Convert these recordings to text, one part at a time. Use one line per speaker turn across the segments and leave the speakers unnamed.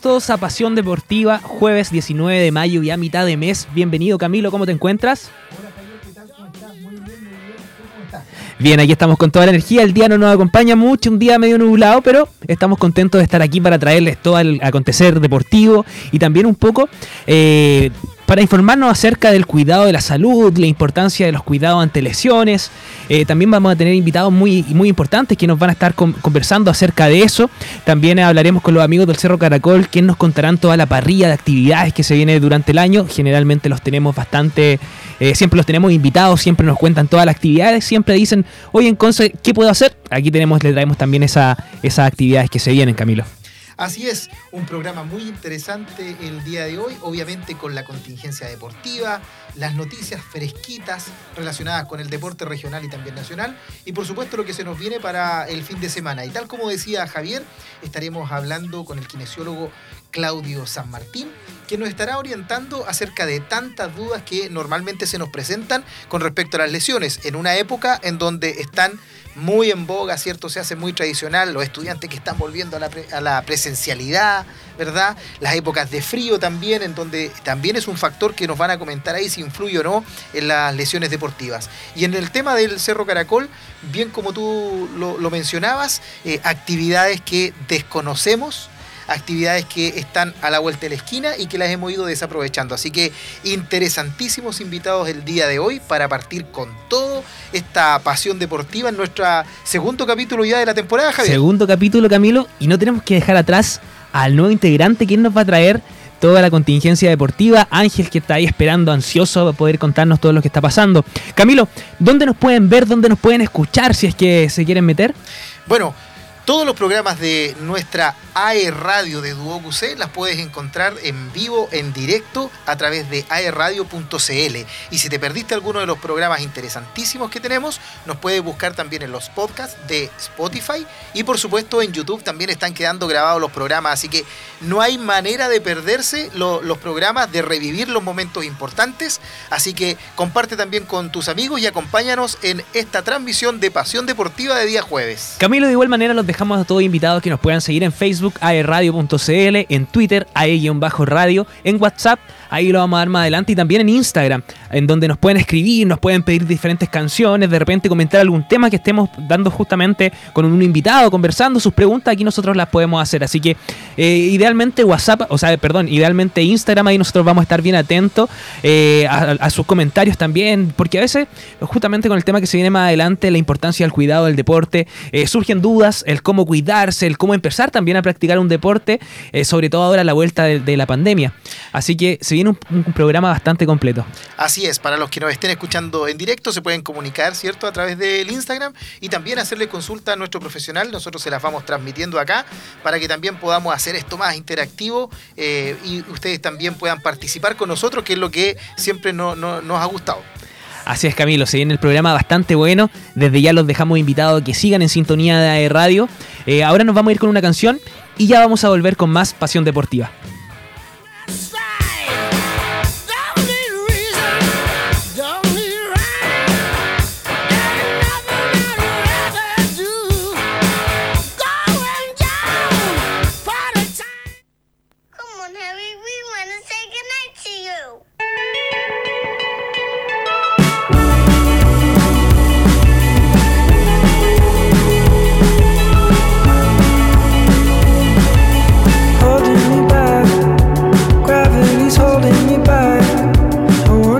todos a Pasión Deportiva, jueves 19 de mayo y a mitad de mes. Bienvenido Camilo, ¿cómo te encuentras? Bien, aquí estamos con toda la energía. El día no nos acompaña mucho, un día medio nublado, pero estamos contentos de estar aquí para traerles todo el acontecer deportivo y también un poco eh, para informarnos acerca del cuidado de la salud, la importancia de los cuidados ante lesiones. Eh, también vamos a tener invitados muy, muy importantes que nos van a estar con- conversando acerca de eso. También hablaremos con los amigos del Cerro Caracol, quienes nos contarán toda la parrilla de actividades que se viene durante el año. Generalmente los tenemos bastante, eh, siempre los tenemos invitados, siempre nos cuentan todas las actividades, siempre dicen, oye, entonces, ¿qué puedo hacer? Aquí tenemos, le traemos también esa, esas actividades que se vienen, Camilo.
Así es, un programa muy interesante el día de hoy, obviamente con la contingencia deportiva, las noticias fresquitas relacionadas con el deporte regional y también nacional, y por supuesto lo que se nos viene para el fin de semana. Y tal como decía Javier, estaremos hablando con el kinesiólogo Claudio San Martín, que nos estará orientando acerca de tantas dudas que normalmente se nos presentan con respecto a las lesiones, en una época en donde están muy en boga, ¿cierto? Se hace muy tradicional, los estudiantes que están volviendo a la, pre- a la presencialidad, ¿verdad? Las épocas de frío también, en donde también es un factor que nos van a comentar ahí si influye o no en las lesiones deportivas. Y en el tema del Cerro Caracol, bien como tú lo, lo mencionabas, eh, actividades que desconocemos, actividades que están a la vuelta de la esquina y que las hemos ido desaprovechando. Así que interesantísimos invitados el día de hoy para partir con todo esta pasión deportiva en nuestro segundo capítulo ya de la temporada, Javier.
Segundo capítulo, Camilo, y no tenemos que dejar atrás al nuevo integrante, quien nos va a traer toda la contingencia deportiva. Ángel, que está ahí esperando, ansioso, a poder contarnos todo lo que está pasando. Camilo, ¿dónde nos pueden ver? ¿Dónde nos pueden escuchar si es que se quieren meter?
Bueno, todos los programas de nuestra AE Radio de Duoc UC las puedes encontrar en vivo, en directo, a E través de aeradio.cl. Y si te perdiste alguno de los programas interesantísimos que tenemos, nos puedes buscar también en los podcasts de Spotify. Y por supuesto en YouTube también están quedando grabados los programas. Así que no hay manera de perderse lo- los programas, de revivir los momentos importantes. Así que comparte también con tus amigos y acompáñanos en esta transmisión de Pasión Deportiva de día jueves.
Camilo, de igual manera los dejamos a todos invitados que nos puedan seguir en Facebook, e aerradio.cl, en Twitter, e ae-radio, en WhatsApp, ahí lo vamos a dar más adelante, y también en Instagram, en donde nos pueden escribir, nos pueden pedir diferentes canciones, de repente comentar algún tema que estemos dando justamente con un invitado, conversando sus preguntas, aquí nosotros las podemos hacer. Así que eh, idealmente WhatsApp, o sea, perdón, idealmente Instagram, ahí nosotros vamos a estar bien atentos eh, a, a sus comentarios también, porque a veces, justamente con el tema que se viene más adelante, la importancia del cuidado del deporte, eh, surgen dudas, el cómo cuidarse, el cómo empezar también a practicar un deporte, eh, sobre todo ahora a la vuelta de, de la pandemia. Así que se viene un- un programa bastante completo.
Así es, para los que nos estén escuchando en directo se pueden comunicar, ¿cierto? A través del Instagram y también hacerle consulta a nuestro profesional. Nosotros se las vamos transmitiendo acá para que también podamos hacer esto más interactivo eh, y ustedes también puedan participar con nosotros, que es lo que siempre no- no- nos ha gustado.
Así es, Camilo, se viene el programa bastante bueno. Desde ya los dejamos invitados a que sigan en sintonía de AE radio. Eh, ahora nos vamos a ir con una canción y ya vamos a volver con más Pasión Deportiva.
Come on, Harry, we want to say goodnight to you.
holding me back. Oh,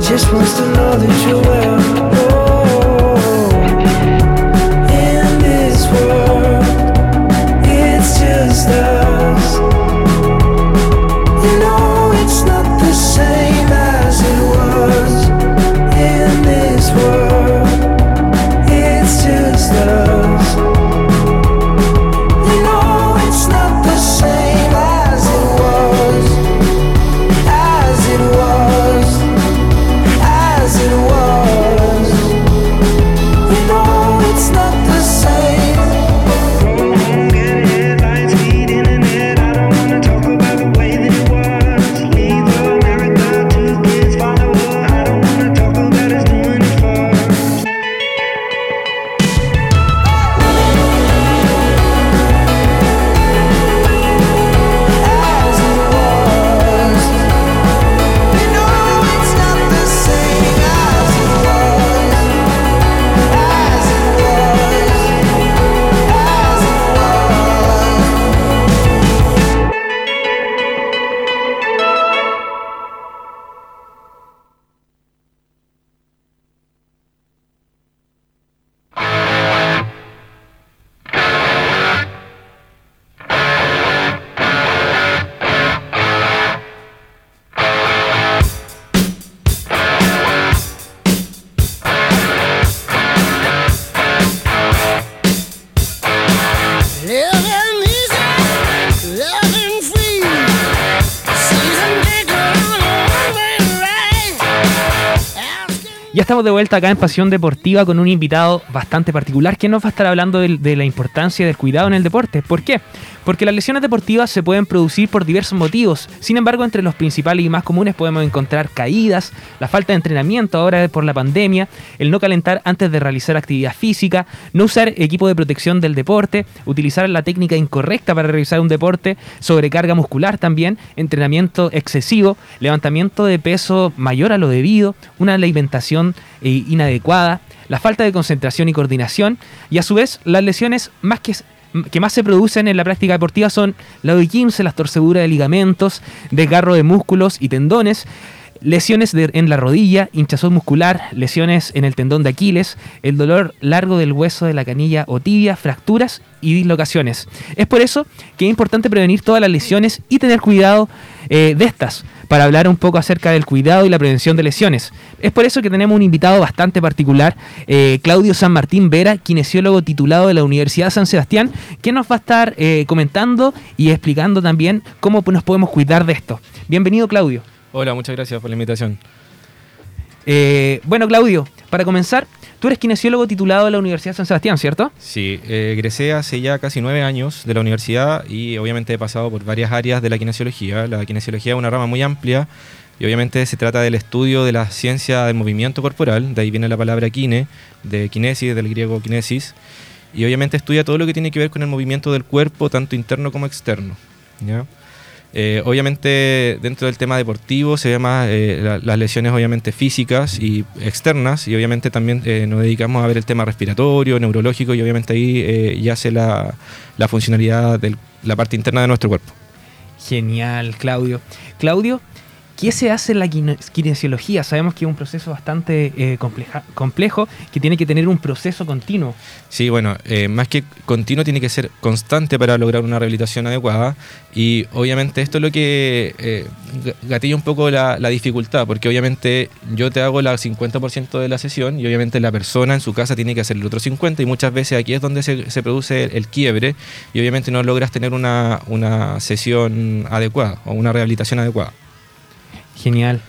Just wants to know that you're well. Oh, in this world, it's just us. No, it's not the same as it was. In this world, it's just us. No, it's not the same as it was. As it was. As it was. No, it's not the same. As it was, you know it's not the same as it was, as it was, as it was.
Living easy, living free. Season ticket on a one-way ride. Asking
Ya estamos de vuelta acá en Pasión Deportiva con un invitado bastante particular que nos va a estar hablando del- de, la importancia del cuidado en el deporte. ¿Por qué? Porque las lesiones deportivas se pueden producir por diversos motivos. Sin embargo, entre los principales y más comunes podemos encontrar caídas, la falta de entrenamiento ahora por la pandemia, el no calentar antes de realizar actividad física, no usar equipo de protección del deporte, utilizar la técnica incorrecta para realizar un deporte, sobrecarga muscular también, entrenamiento excesivo, levantamiento de peso mayor a lo debido, una alimentación eh, inadecuada, la falta de concentración y coordinación, y a su vez las lesiones más que, que más se producen en la práctica deportiva son la de 15, las torceduras de ligamentos, desgarro de músculos y tendones, lesiones de- en la rodilla, hinchazón muscular, lesiones en el tendón de Aquiles, el dolor largo del hueso de la canilla o tibia, fracturas y dislocaciones. Es por eso que es importante prevenir todas las lesiones y tener cuidado eh, de estas para hablar un poco acerca del cuidado y la prevención de lesiones. Es por eso que tenemos un invitado bastante particular, eh, Claudio San Martín Vera, kinesiólogo titulado de la Universidad San Sebastián, que nos va a estar eh, comentando y explicando también cómo nos podemos cuidar de esto. Bienvenido, Claudio.
Hola, muchas gracias por la invitación.
Eh, bueno, Claudio, para comenzar, tú eres kinesiólogo titulado de la Universidad de San Sebastián, ¿cierto?
Sí, eh, egresé hace ya casi nueve años de la universidad y obviamente he pasado por varias áreas de la kinesiología. La kinesiología es una rama muy amplia y obviamente se trata del estudio de la ciencia del movimiento corporal, de ahí viene la palabra kine, de kinesis, del griego kinesis, y obviamente estudia todo lo que tiene que ver con el movimiento del cuerpo, tanto interno como externo. ¿ya? Eh, obviamente dentro del tema deportivo se ve más eh, la- las lesiones obviamente físicas y externas y obviamente también eh, nos dedicamos a ver el tema respiratorio, neurológico y obviamente ahí eh, yace la, la funcionalidad de la parte interna de nuestro cuerpo.
Genial, Claudio. Claudio, ¿qué se hace en la quine- kinesiología? Sabemos que es un proceso bastante eh, compleja- complejo que tiene que tener un proceso continuo.
Sí, bueno, eh, más que continuo tiene que ser constante para lograr una rehabilitación adecuada y obviamente esto es lo que eh, ga- gatilla un poco la, la dificultad, porque obviamente yo te hago la 50% de la sesión y obviamente la persona en su casa tiene que hacer el otro 50% y muchas veces aquí es donde se, se produce el, el quiebre y obviamente no logras tener una, una sesión adecuada o una rehabilitación adecuada.
Genial.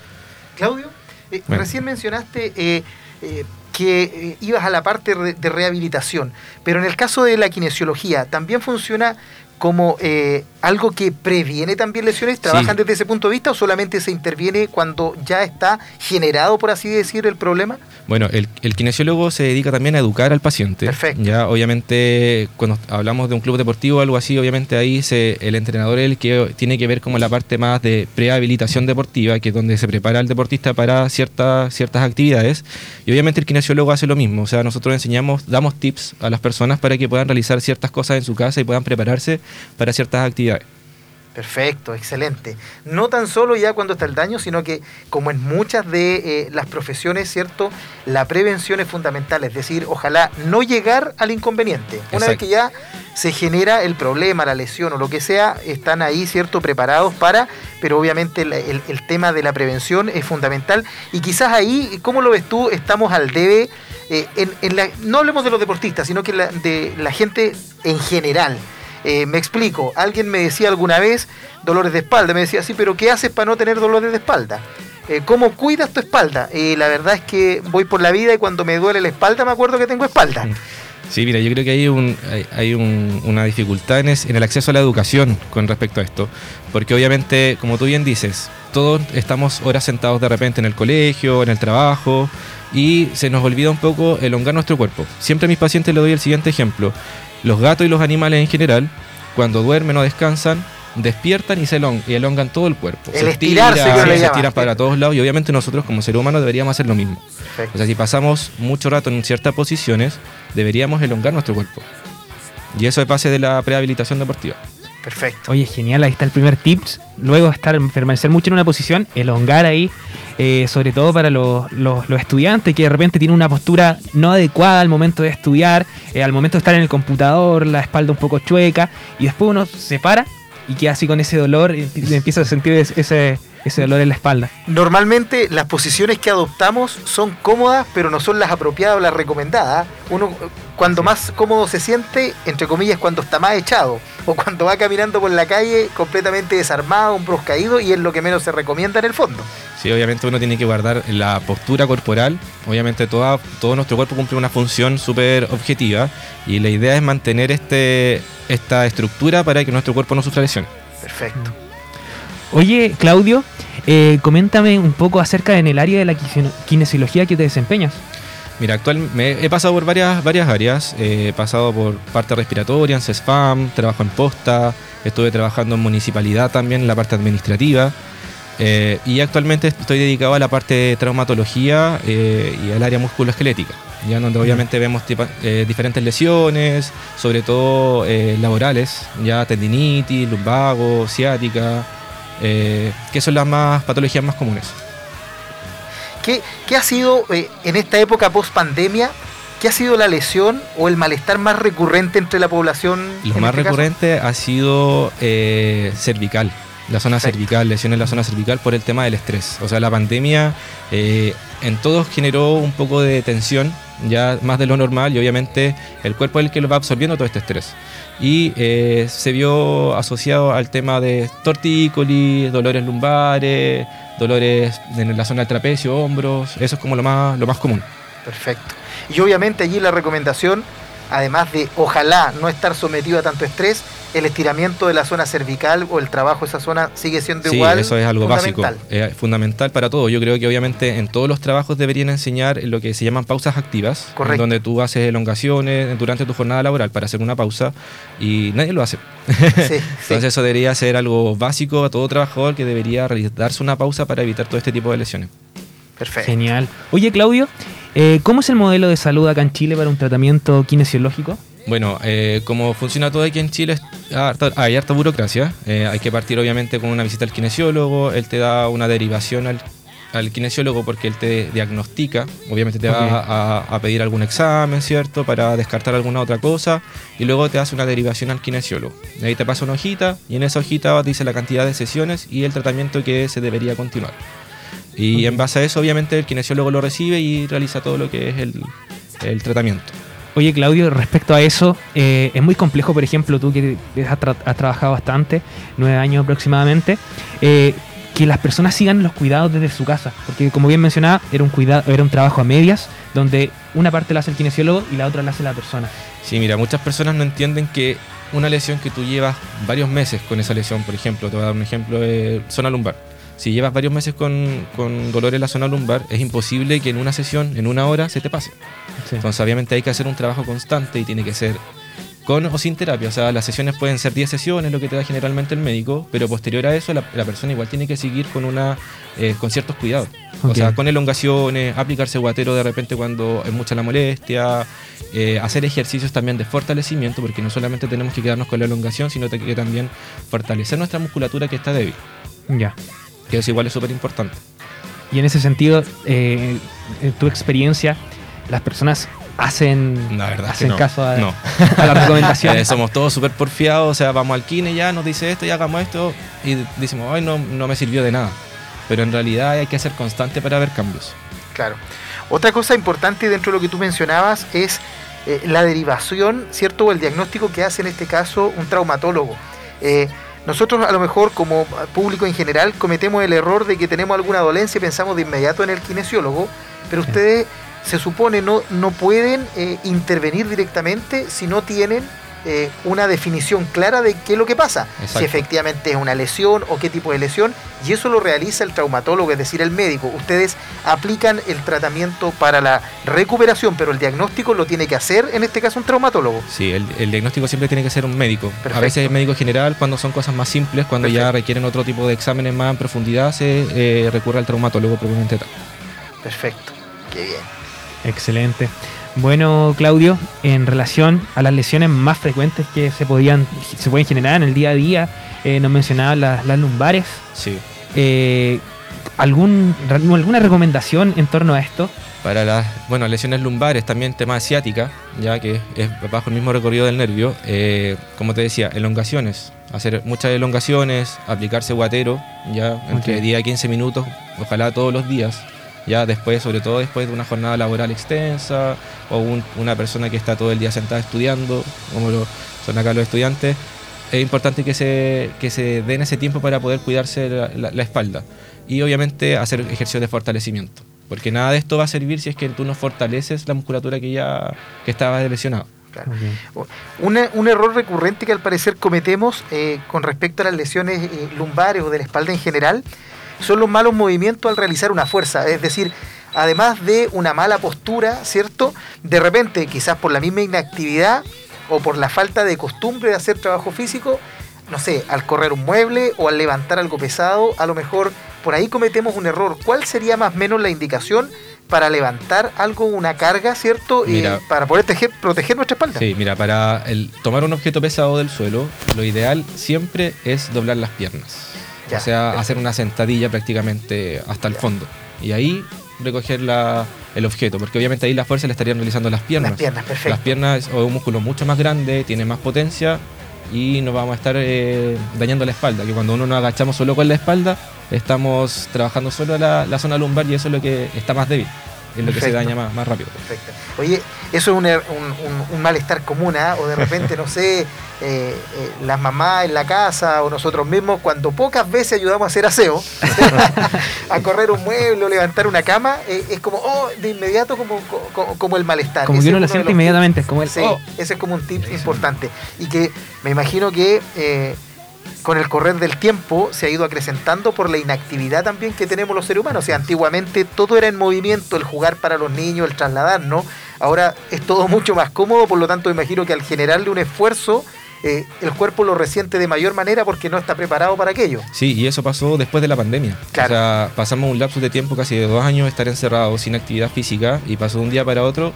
Claudio, eh,
Bueno.
recién mencionaste eh, eh, que eh, ibas a la parte re- de rehabilitación, pero en el caso de la kinesiología, ¿también funciona como eh, algo que previene también lesiones? ¿Trabajan
Sí.
desde ese punto de vista o solamente se interviene cuando ya está generado, por así decir, el problema?
Bueno, el, el kinesiólogo se dedica también a educar al paciente.
Perfecto.
Ya, obviamente, cuando hablamos de un club deportivo o algo así, obviamente ahí se, el entrenador es el que tiene que ver como la parte más de prehabilitación deportiva, que es donde se prepara al deportista para cierta- ciertas actividades. Y obviamente el kinesiólogo hace lo mismo. O sea, nosotros enseñamos, damos tips a las personas para que puedan realizar ciertas cosas en su casa y puedan prepararse para ciertas actividades.
Perfecto, excelente. No tan solo ya cuando está el daño, sino que como en muchas de eh, las profesiones, ¿cierto? La prevención es fundamental, es decir, ojalá no llegar al inconveniente. Una vez
Exacto.
que ya se genera el problema, la lesión o lo que sea, están ahí, ¿cierto? Preparados para, pero obviamente el, el- el tema de la prevención es fundamental. Y quizás ahí, ¿cómo lo ves tú? Estamos al debe, eh, en, en la- no hablemos de los deportistas, sino que la- de la gente en general. Eh, me explico, alguien me decía alguna vez dolores de espalda, me decía, sí, pero ¿qué haces para no tener dolores de espalda? Eh, ¿Cómo cuidas tu espalda? Y la verdad es que voy por la vida y cuando me duele la espalda me acuerdo que tengo espalda.
Sí, mira, yo creo que hay, un, hay, hay un- una dificultad en, es- en el acceso a la educación con respecto a esto, porque obviamente, como tú bien dices, todos estamos horas sentados de repente en el colegio, en el trabajo, y se nos olvida un poco elongar nuestro cuerpo. Siempre a mis pacientes les doy el siguiente ejemplo. Los gatos y los animales en general, cuando duermen o descansan, despiertan y se elon- y elongan todo el cuerpo.
El
se
estirarse,
estiran,
que uno le
sí, se
llama.
estiran para todos lados y obviamente nosotros como seres humanos deberíamos hacer lo mismo. O sea, si pasamos mucho rato en ciertas posiciones, deberíamos elongar nuestro cuerpo. Y eso es base de la prehabilitación deportiva.
Perfecto.
Oye, genial, ahí está el primer tips. Luego estar, permanecer mucho en una posición, elongar ahí, eh, sobre todo para los, los- los estudiantes que de repente tienen una postura no adecuada al momento de estudiar, eh, al momento de estar en el computador, la espalda un poco chueca, y después uno se para y queda así con ese dolor, y empie- empieza a sentir es- ese, ese dolor en la espalda.
Normalmente las posiciones que adoptamos son cómodas, pero no son las apropiadas o las recomendadas. Uno eh, cuando más cómodo se siente, entre comillas, cuando está más echado o cuando va caminando por la calle completamente desarmado, un bros caído y es lo que menos se recomienda en el fondo.
Sí, obviamente uno tiene que guardar la postura corporal. Obviamente toda, todo nuestro cuerpo cumple una función súper objetiva. Y la idea es mantener este, esta estructura para que nuestro cuerpo no sufra lesiones.
Perfecto.
Oye, Claudio, eh, coméntame un poco acerca en el área de la quisino- kinesiología que te desempeñas.
Mira, actualmente he pasado por varias, varias áreas. Eh, he pasado por parte respiratoria, en CESFAM, trabajo en posta, estuve trabajando en municipalidad también, en la parte administrativa. Eh, y actualmente estoy dedicado a la parte de traumatología eh, y al área musculoesquelética, ya donde obviamente vemos tipa- eh, diferentes lesiones, sobre todo eh, laborales, ya tendinitis, lumbago, ciática, eh, que son las más patologías más comunes.
¿Qué, qué ha sido eh, en esta época post pandemia? ¿Qué ha sido la lesión o el malestar más recurrente entre la población?
Lo
en
más
este caso?
recurrente ha sido eh, cervical, la zona
Perfecto.
cervical, lesiones en la zona cervical por el tema del estrés. O sea, la pandemia eh, en todos generó un poco de tensión, ya más de lo normal, y obviamente el cuerpo es el que lo va absorbiendo todo este estrés. Y eh, se vio asociado al tema de tortícolis, dolores lumbares, dolores en la zona del trapecio, hombros, eso es como lo más, lo más común.
Perfecto. Y obviamente allí la recomendación, además de ojalá no estar sometido a tanto estrés, el estiramiento de la zona cervical o el trabajo de esa zona sigue siendo
Sí,
igual.
eso es algo básico,
fundamental.
eh, fundamental para todo. Yo creo que obviamente en todos los trabajos deberían enseñar lo que se llaman pausas activas,
Correcto.
donde tú haces elongaciones durante tu jornada laboral para hacer una pausa y nadie lo hace.
Sí, sí.
Entonces eso debería ser algo básico a todo trabajador que debería reali- darse una pausa para evitar todo este tipo de lesiones.
Perfecto.
Genial. Oye, Claudio, eh, ¿cómo es el modelo de salud acá en Chile para un tratamiento kinesiológico?
Bueno, eh, como funciona todo aquí en Chile, es harta- ah, hay harta burocracia. Eh, hay que partir obviamente con una visita al kinesiólogo, él te da una derivación al, al kinesiólogo porque él te diagnostica, obviamente te
Ok.
va a, a pedir algún examen, ¿cierto? Para descartar alguna otra cosa y luego te hace una derivación al kinesiólogo. De ahí te pasa una hojita y en esa hojita dice la cantidad de sesiones y el tratamiento que se debería continuar. Y en base a eso obviamente el kinesiólogo lo recibe y realiza todo lo que es el- el tratamiento.
Oye, Claudio, respecto a eso, eh, es muy complejo, por ejemplo, tú que has, tra- has trabajado bastante, nueve años aproximadamente, eh, que las personas sigan los cuidados desde su casa. Porque como bien mencionaba, era un, cuidado, era un trabajo a medias, donde una parte la hace el kinesiólogo y la otra la hace la persona.
Sí, mira, muchas personas no entienden que una lesión que tú llevas varios meses con esa lesión, por ejemplo, te voy a dar un ejemplo de zona lumbar. Si llevas varios meses con, con dolor en la zona lumbar, es imposible que en una sesión, en una hora, se te pase.
Sí.
Entonces, obviamente hay que hacer un trabajo constante y tiene que ser con o sin terapia. O sea, las sesiones pueden ser 10 sesiones, lo que te da generalmente el médico, pero posterior a eso la, la persona igual tiene que seguir con, una, eh, con ciertos cuidados. O
Ok.
sea, con elongaciones, aplicarse guatero de repente cuando es mucha la molestia, eh, hacer ejercicios también de fortalecimiento, porque no solamente tenemos que quedarnos con la elongación, sino que también fortalecer nuestra musculatura que está débil,
Ya.
que eso igual es súper importante.
Y en ese sentido, eh, en tu experiencia, las personas hacen,
La verdad es que
hacen
no.
caso a,
No.
a la recomendación.
Eh, somos todos súper porfiados, o sea, vamos al kine ya, nos dice esto y hagamos esto, y decimos, ay, no, no me sirvió de nada. Pero en realidad hay que ser constante para ver cambios.
Claro. Otra cosa importante dentro de lo que tú mencionabas es eh, la derivación, ¿cierto? O el diagnóstico que hace en este caso un traumatólogo. Eh, nosotros a lo mejor como público en general cometemos el error de que tenemos alguna dolencia y pensamos de inmediato en el kinesiólogo, pero ustedes se supone no, no pueden eh, intervenir directamente si no tienen eh, una definición clara de qué es lo que pasa, si
Exacto.
efectivamente es una lesión o qué tipo de lesión, y eso lo realiza el traumatólogo, es decir, el médico. Ustedes aplican el tratamiento para la recuperación, pero el diagnóstico lo tiene que hacer, en este caso, un traumatólogo.
Sí, el, el diagnóstico siempre tiene que ser un médico.
Perfecto.
A veces el médico general, cuando son cosas más simples, cuando ya
Perfecto.
requieren otro tipo de exámenes más en profundidad, se eh, recurre al traumatólogo propiamente tal.
Perfecto, qué bien.
Excelente. Bueno, Claudio, en relación a las lesiones más frecuentes que se podían se pueden generar en el día a día, eh, nos mencionaban las, las lumbares.
Sí.
Eh, ¿algún, ¿Alguna recomendación en torno a esto?
Para las bueno, lesiones lumbares, también tema asiática, ya que es bajo el mismo recorrido del nervio. eh, como te decía, elongaciones, hacer muchas elongaciones, aplicarse guatero, ya entre
Ok.
10 a 15 minutos, ojalá todos los días, ya después, sobre todo después de una jornada laboral extensa o un- una persona que está todo el día sentada estudiando, como lo son acá los estudiantes, es importante que se, que se den ese tiempo para poder cuidarse la, la- la espalda y obviamente hacer ejercicios de fortalecimiento, porque nada de esto va a servir si es que tú no fortaleces la musculatura que ya que estaba lesionada.
Claro. Una- un error recurrente que al parecer cometemos eh, con respecto a las lesiones eh, lumbares o de la espalda en general son los malos movimientos al realizar una fuerza. Es decir, además de una mala postura, ¿cierto? De repente, quizás por la misma inactividad o por la falta de costumbre de hacer trabajo físico, no sé, al correr un mueble o al levantar algo pesado, a lo mejor por ahí cometemos un error. ¿Cuál sería más o menos la indicación para levantar algo, una carga, ¿cierto? Eh,
Mira.
para poder tejer- proteger nuestra espalda.
Sí, mira, para el, tomar un objeto pesado del suelo, lo ideal siempre es doblar las piernas.
Ya,
o sea,
perfecto.
hacer una sentadilla prácticamente hasta el
Ya.
fondo. Y ahí recoger la- el objeto, porque obviamente ahí la fuerza la estarían realizando las piernas.
Las piernas, perfecto.
Las piernas o un músculo mucho más grande, tiene más potencia y nos vamos a estar eh, dañando la espalda, que cuando uno nos agachamos solo con la espalda, estamos trabajando solo la, la zona lumbar y eso es lo que está más débil, es lo que se
Perfecto.
daña más, más rápido.
Perfecto. Oye, eso es un, er- un, un- un malestar común, ¿ah? O de repente, no sé, eh, eh, las mamás en la casa o nosotros mismos, cuando pocas veces ayudamos a hacer aseo, a correr un mueble o levantar una cama, eh, es como, oh, de inmediato como, co- co- como el malestar.
Como
Ese
que uno
es
lo
uno de
siente
los
inmediatamente, es como el...
Sí,
"Oh".
ese es como un tip importante. Y que me imagino que eh, con el correr del tiempo se ha ido acrecentando por la inactividad también que tenemos los seres humanos. O sea, antiguamente todo era en movimiento, el jugar para los niños, el trasladarnos. Ahora es todo mucho más cómodo, por lo tanto me imagino que al generarle un esfuerzo, eh, el cuerpo lo resiente de mayor manera porque no está preparado para aquello.
Sí, y eso pasó después de la pandemia.
Claro.
O sea, pasamos un lapso de tiempo casi de dos años de estar encerrados sin actividad física y pasó de un día para otro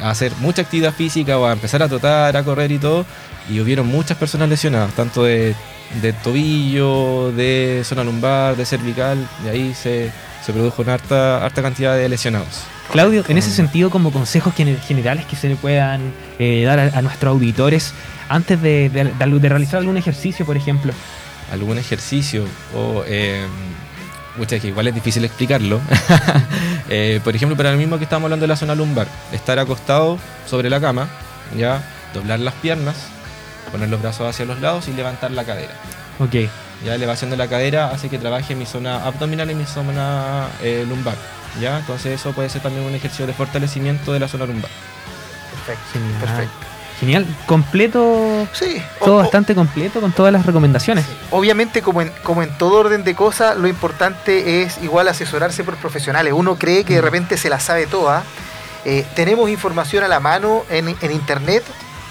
a hacer mucha actividad física o a empezar a trotar, a correr y todo. Y hubieron muchas personas lesionadas, tanto de, de tobillo, de zona lumbar, de cervical. De ahí se, se produjo una harta, harta cantidad de lesionados.
Claudio, en ese sentido, como consejos gene- generales que se le puedan eh, dar a, a nuestros auditores antes de, de- de- de realizar algún ejercicio, por ejemplo.
algún ejercicio o eh, pucha, que igual es difícil explicarlo Eh, por ejemplo para lo mismo que estábamos hablando de la zona lumbar estar acostado sobre la cama ya doblar las piernas poner los brazos hacia los lados y levantar la cadera
Ok,
Ya la elevación de la cadera hace que trabaje mi zona abdominal y mi zona eh, lumbar. ¿ya? Entonces eso puede ser también un ejercicio de fortalecimiento de la zona lumbar.
Perfecto.
Genial.
Perfecto.
Genial. Completo.
Sí. o-
Todo
o-
bastante completo con todas las recomendaciones.
Obviamente, como en, como en todo orden de cosas, lo importante es igual asesorarse por profesionales. Uno cree que de repente se la sabe toda. Eh, tenemos información a la mano en, en internet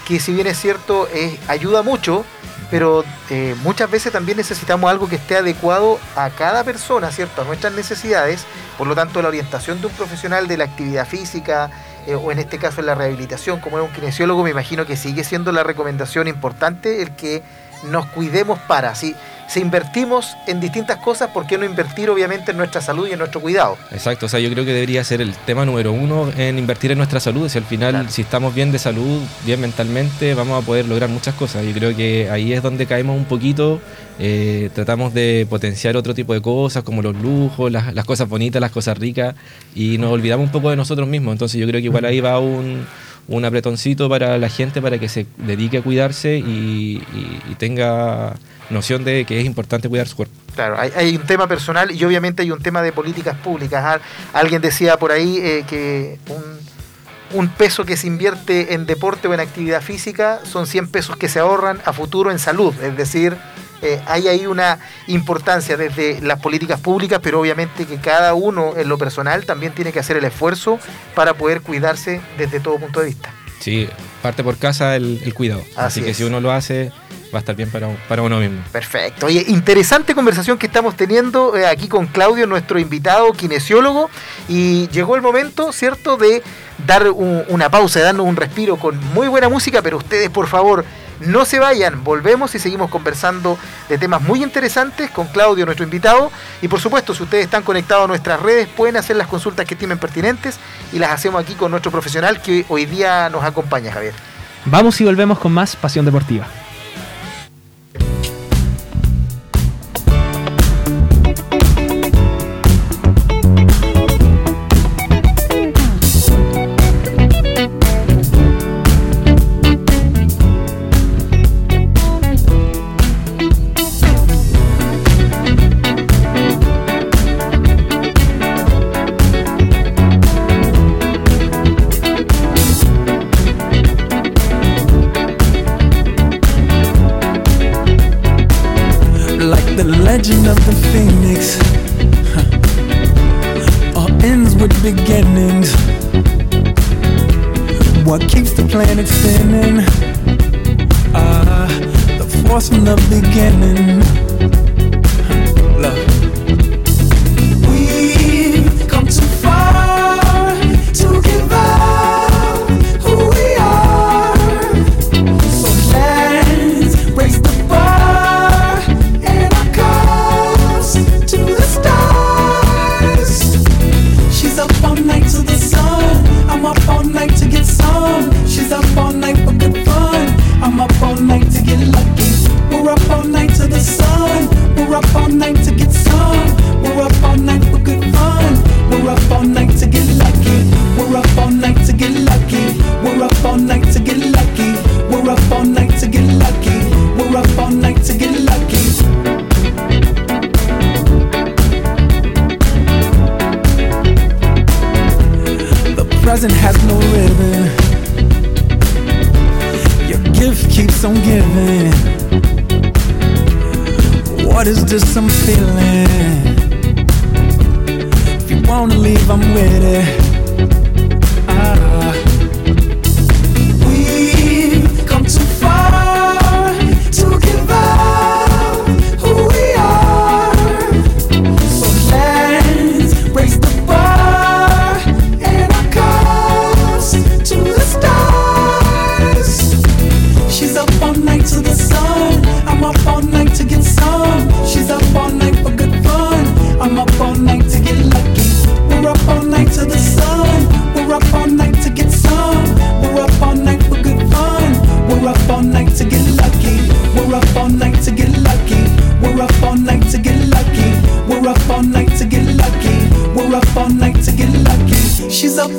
que, si bien es cierto, es- ayuda mucho, pero eh, muchas veces también necesitamos algo que esté adecuado a cada persona, ¿cierto? A nuestras necesidades. Por lo tanto, la orientación de un profesional de la actividad física eh, o en este caso en la rehabilitación, como es un kinesiólogo, me imagino que sigue siendo la recomendación importante el que nos cuidemos para. Si, si invertimos en distintas cosas, ¿por qué no invertir obviamente en nuestra salud y en nuestro cuidado?
Exacto, o sea, yo creo que debería ser el tema número uno en invertir en nuestra salud. Si al final,
Claro.
si estamos bien de salud, bien mentalmente, vamos a poder lograr muchas cosas. Yo creo que ahí es donde caemos un poquito. eh, tratamos de potenciar otro tipo de cosas, como los lujos, las, las cosas bonitas, las cosas ricas, y nos olvidamos un poco de nosotros mismos. Entonces, yo creo que igual ahí va un, un apretoncito para la gente para que se dedique a cuidarse y, y- y tenga noción de que es importante cuidar su cuerpo.
Claro, hay, hay un tema personal y obviamente hay un tema de políticas públicas. Al- Alguien decía por ahí eh, que un, un peso que se invierte en deporte o en actividad física son 100 pesos que se ahorran a futuro en salud. Es decir, eh, hay ahí una importancia desde las políticas públicas, pero obviamente que cada uno en lo personal también tiene que hacer el esfuerzo para poder cuidarse desde todo punto de vista.
Sí, parte por casa el, el cuidado.
Así
Así, que
es.
si uno lo hace, va a estar bien para, para uno mismo.
Perfecto. Oye, interesante conversación que estamos teniendo eh, aquí con Claudio, nuestro invitado kinesiólogo. Y llegó el momento, ¿cierto?, de dar un- una pausa, de darnos un respiro con muy buena música, pero ustedes, por favor, no se vayan. Volvemos y seguimos conversando de temas muy interesantes con Claudio, nuestro invitado. Y por supuesto, si ustedes están conectados a nuestras redes, pueden hacer las consultas que estimen pertinentes y las hacemos aquí con nuestro profesional que hoy día nos acompaña, Javier.
Vamos y volvemos con más Pasión Deportiva.
like the legend of the phoenix. Huh. All ends with beginnings. What keeps the planet spinning? Ah, the force from the beginning. Huh. Love. We've come too far to give up who we are. So let's raise the bar and our cups to the stars. She's up all night to the sun. I'm up all night to get some. She's up all night for good fun. I'm up all night to get lucky. We're up all night to the sun. We're up all night to get some. We're up all night for good fun. We're up all night to get lucky. We're up all night to get lucky. We're up all night to get lucky. We're up all night to get lucky. We're up all night to get lucky. The present has no ribbon. Your gift keeps on giving. What is this I'm feeling? If you wanna leave, I'm with it. Ah. We've come too far to give up who we are. So let's raise the bar and our cups to the stars. She's up all night to the sun. I'm up all night to get some. She's up all night for good fun. I'm up all night to get lucky. We're up all night to the sun. We're up all night to get some. We're up all night for good fun. We're up all night to get lucky. We're up all night to get lucky. We're up all night to get lucky. We're up all night to get lucky. We're up all night to get lucky. She's up
up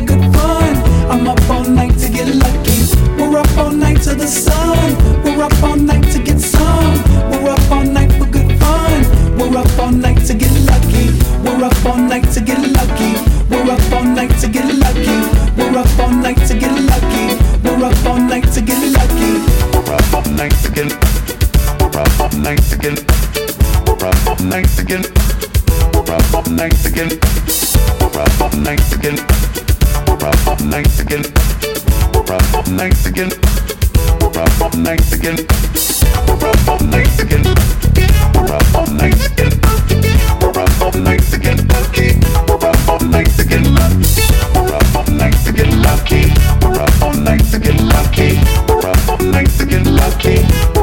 good fun. I'm up all night to get lucky. We're up all night to the sun. We're up all night to get some. We're up all night for good fun. We're up all night to get lucky. We're up all night to get lucky. We're up all night to get lucky. We're up all night to get lucky. We're up all night to get lucky.
We're up all night to get We're up all night to get We're up all night to get We're up all night to get We're up all night to get We're up all night to get We're up all night to get We're up all night to get We're up all night to get We're up all night to get We're up all night to get lucky We're up all night to get lucky We're up all night to get lucky We're up all night to get lucky We're up all night to get lucky